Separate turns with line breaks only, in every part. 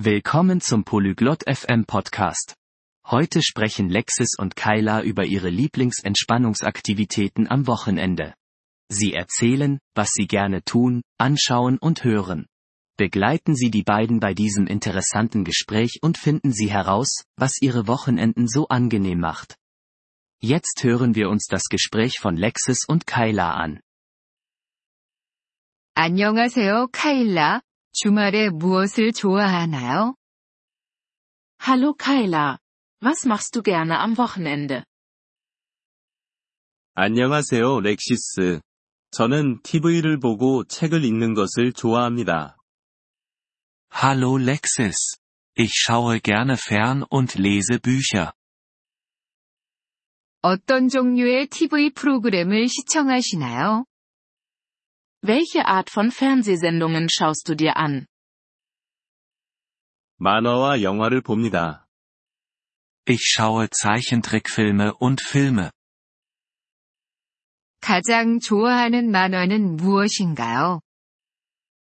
Willkommen zum Polyglot FM Podcast. Heute sprechen Lexis und Kyla über ihre Lieblingsentspannungsaktivitäten am Wochenende. Sie erzählen, was sie gerne tun, anschauen und hören. Begleiten Sie die beiden bei diesem interessanten Gespräch und finden Sie heraus, was ihre Wochenenden so angenehm macht. Jetzt hören wir uns das Gespräch von Lexis und Kyla an.
안녕하세요, 카일라. 주말에 무엇을 좋아하나요?
Hallo Kyla. Was machst du gerne am Wochenende?
안녕하세요, 렉시스. 저는 TV를 보고 책을 읽는 것을 좋아합니다.
Hallo Lexis. Ich schaue gerne fern und lese Bücher.
어떤 종류의 TV 프로그램을 시청하시나요?
Welche Art von Fernsehsendungen schaust du dir an?
만화와 영화를 봅니다.
Ich schaue Zeichentrickfilme und Filme.
가장 좋아하는 만화는 무엇인가요?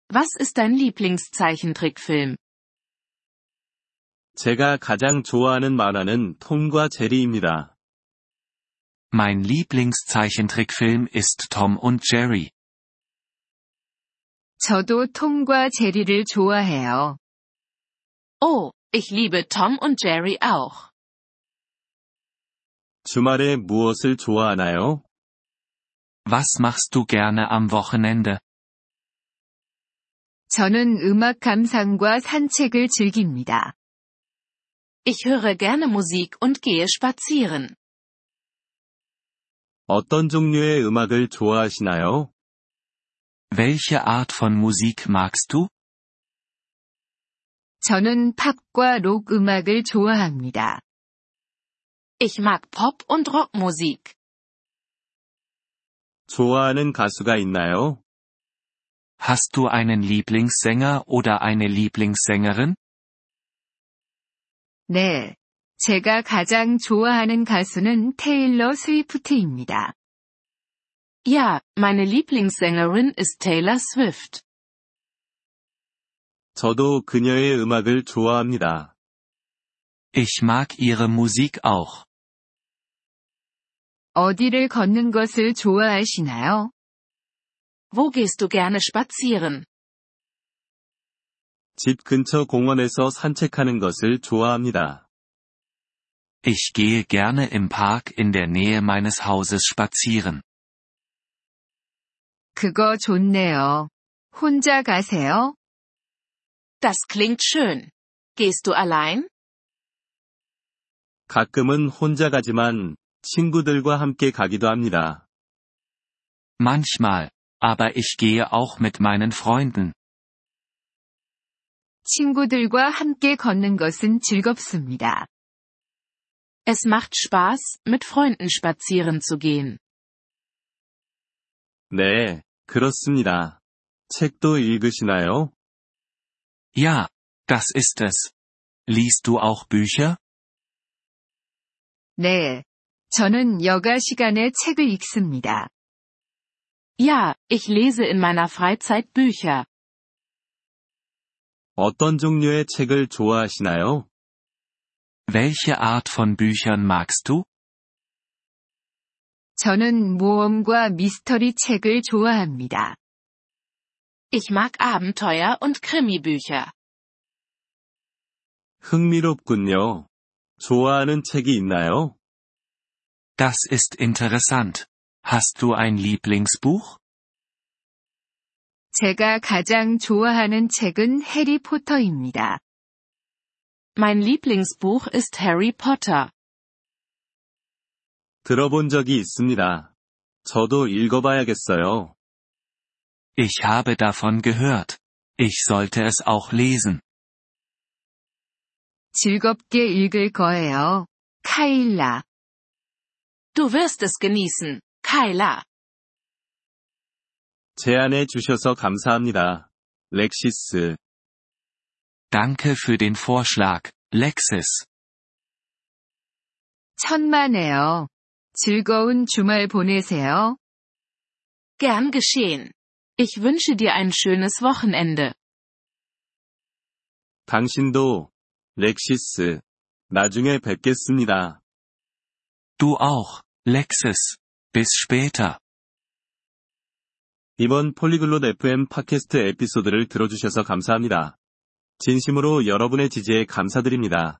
Was ist dein Lieblingszeichentrickfilm?
제가 가장 좋아하는 만화는 톰과 제리입니다.
Mein Lieblingszeichentrickfilm ist Tom und Jerry.
저도 톰과 제리를 좋아해요.
Oh, ich liebe Tom und Jerry auch.
주말에 무엇을 좋아하나요?
Was machst du gerne am Wochenende?
저는 음악 감상과 산책을 즐깁니다.
Ich höre gerne Musik und gehe spazieren.
어떤 종류의 음악을 좋아하시나요?
Welche Art von Musik magst du?
저는 팝과 록 음악을 좋아합니다.
Ich mag Pop- und Rockmusik.
좋아하는 가수가 있나요?
Hast du einen Lieblingssänger oder eine Lieblingssängerin?
네. 제가 가장 좋아하는 가수는 테일러 스위프트입니다.
Ja, meine Lieblingssängerin ist Taylor Swift.
저도 그녀의 음악을 좋아합니다.
Ich mag ihre Musik auch.
어디를 걷는 것을 좋아하시나요?
Wo gehst du gerne spazieren?
집 근처 공원에서 산책하는 것을 좋아합니다.
Ich gehe gerne im Park in der Nähe meines Hauses spazieren.
그거 좋네요. 혼자 가세요?
Das klingt schön. Gehst du allein?
가끔은 혼자 가지만 친구들과 함께 가기도 합니다.
Manchmal. Aber ich gehe auch mit meinen Freunden.
친구들과 함께 걷는 것은 즐겁습니다.
Es macht Spaß, mit Freunden spazieren zu gehen.
네, 그렇습니다. 책도 읽으시나요?
Ja, das ist es. Liest du auch Bücher?
네. 저는 여가 시간에 책을 읽습니다.
Ja, ich lese in meiner Freizeit Bücher.
어떤 종류의 책을 좋아하시나요?
Welche Art von Büchern magst du?
저는 모험과 미스터리 책을 좋아합니다.
Ich mag Abenteuer- und Krimi-Bücher.
흥미롭군요. 좋아하는 책이 있나요?
Das ist interessant. Hast du ein Lieblingsbuch?
제가 가장 좋아하는 책은 해리포터입니다.
Mein Lieblingsbuch ist Harry Potter.
들어본 적이 있습니다. 저도 읽어봐야겠어요.
Ich habe davon gehört. Ich sollte es auch lesen.
즐겁게 읽을 거예요. 카일라.
Du wirst es genießen, Kyla.
제안해 주셔서 감사합니다. 렉시스.
Danke für den Vorschlag, Lexis.
천만에요. 즐거운 주말 보내세요.
Gern geschehen. Ich wünsche dir ein schönes Wochenende.
당신도, 렉시스. 나중에 뵙겠습니다.
Du auch, Lexis. Bis später.
이번 폴리글롯 FM 팟캐스트 에피소드를 들어주셔서 감사합니다. 진심으로 여러분의 지지에 감사드립니다.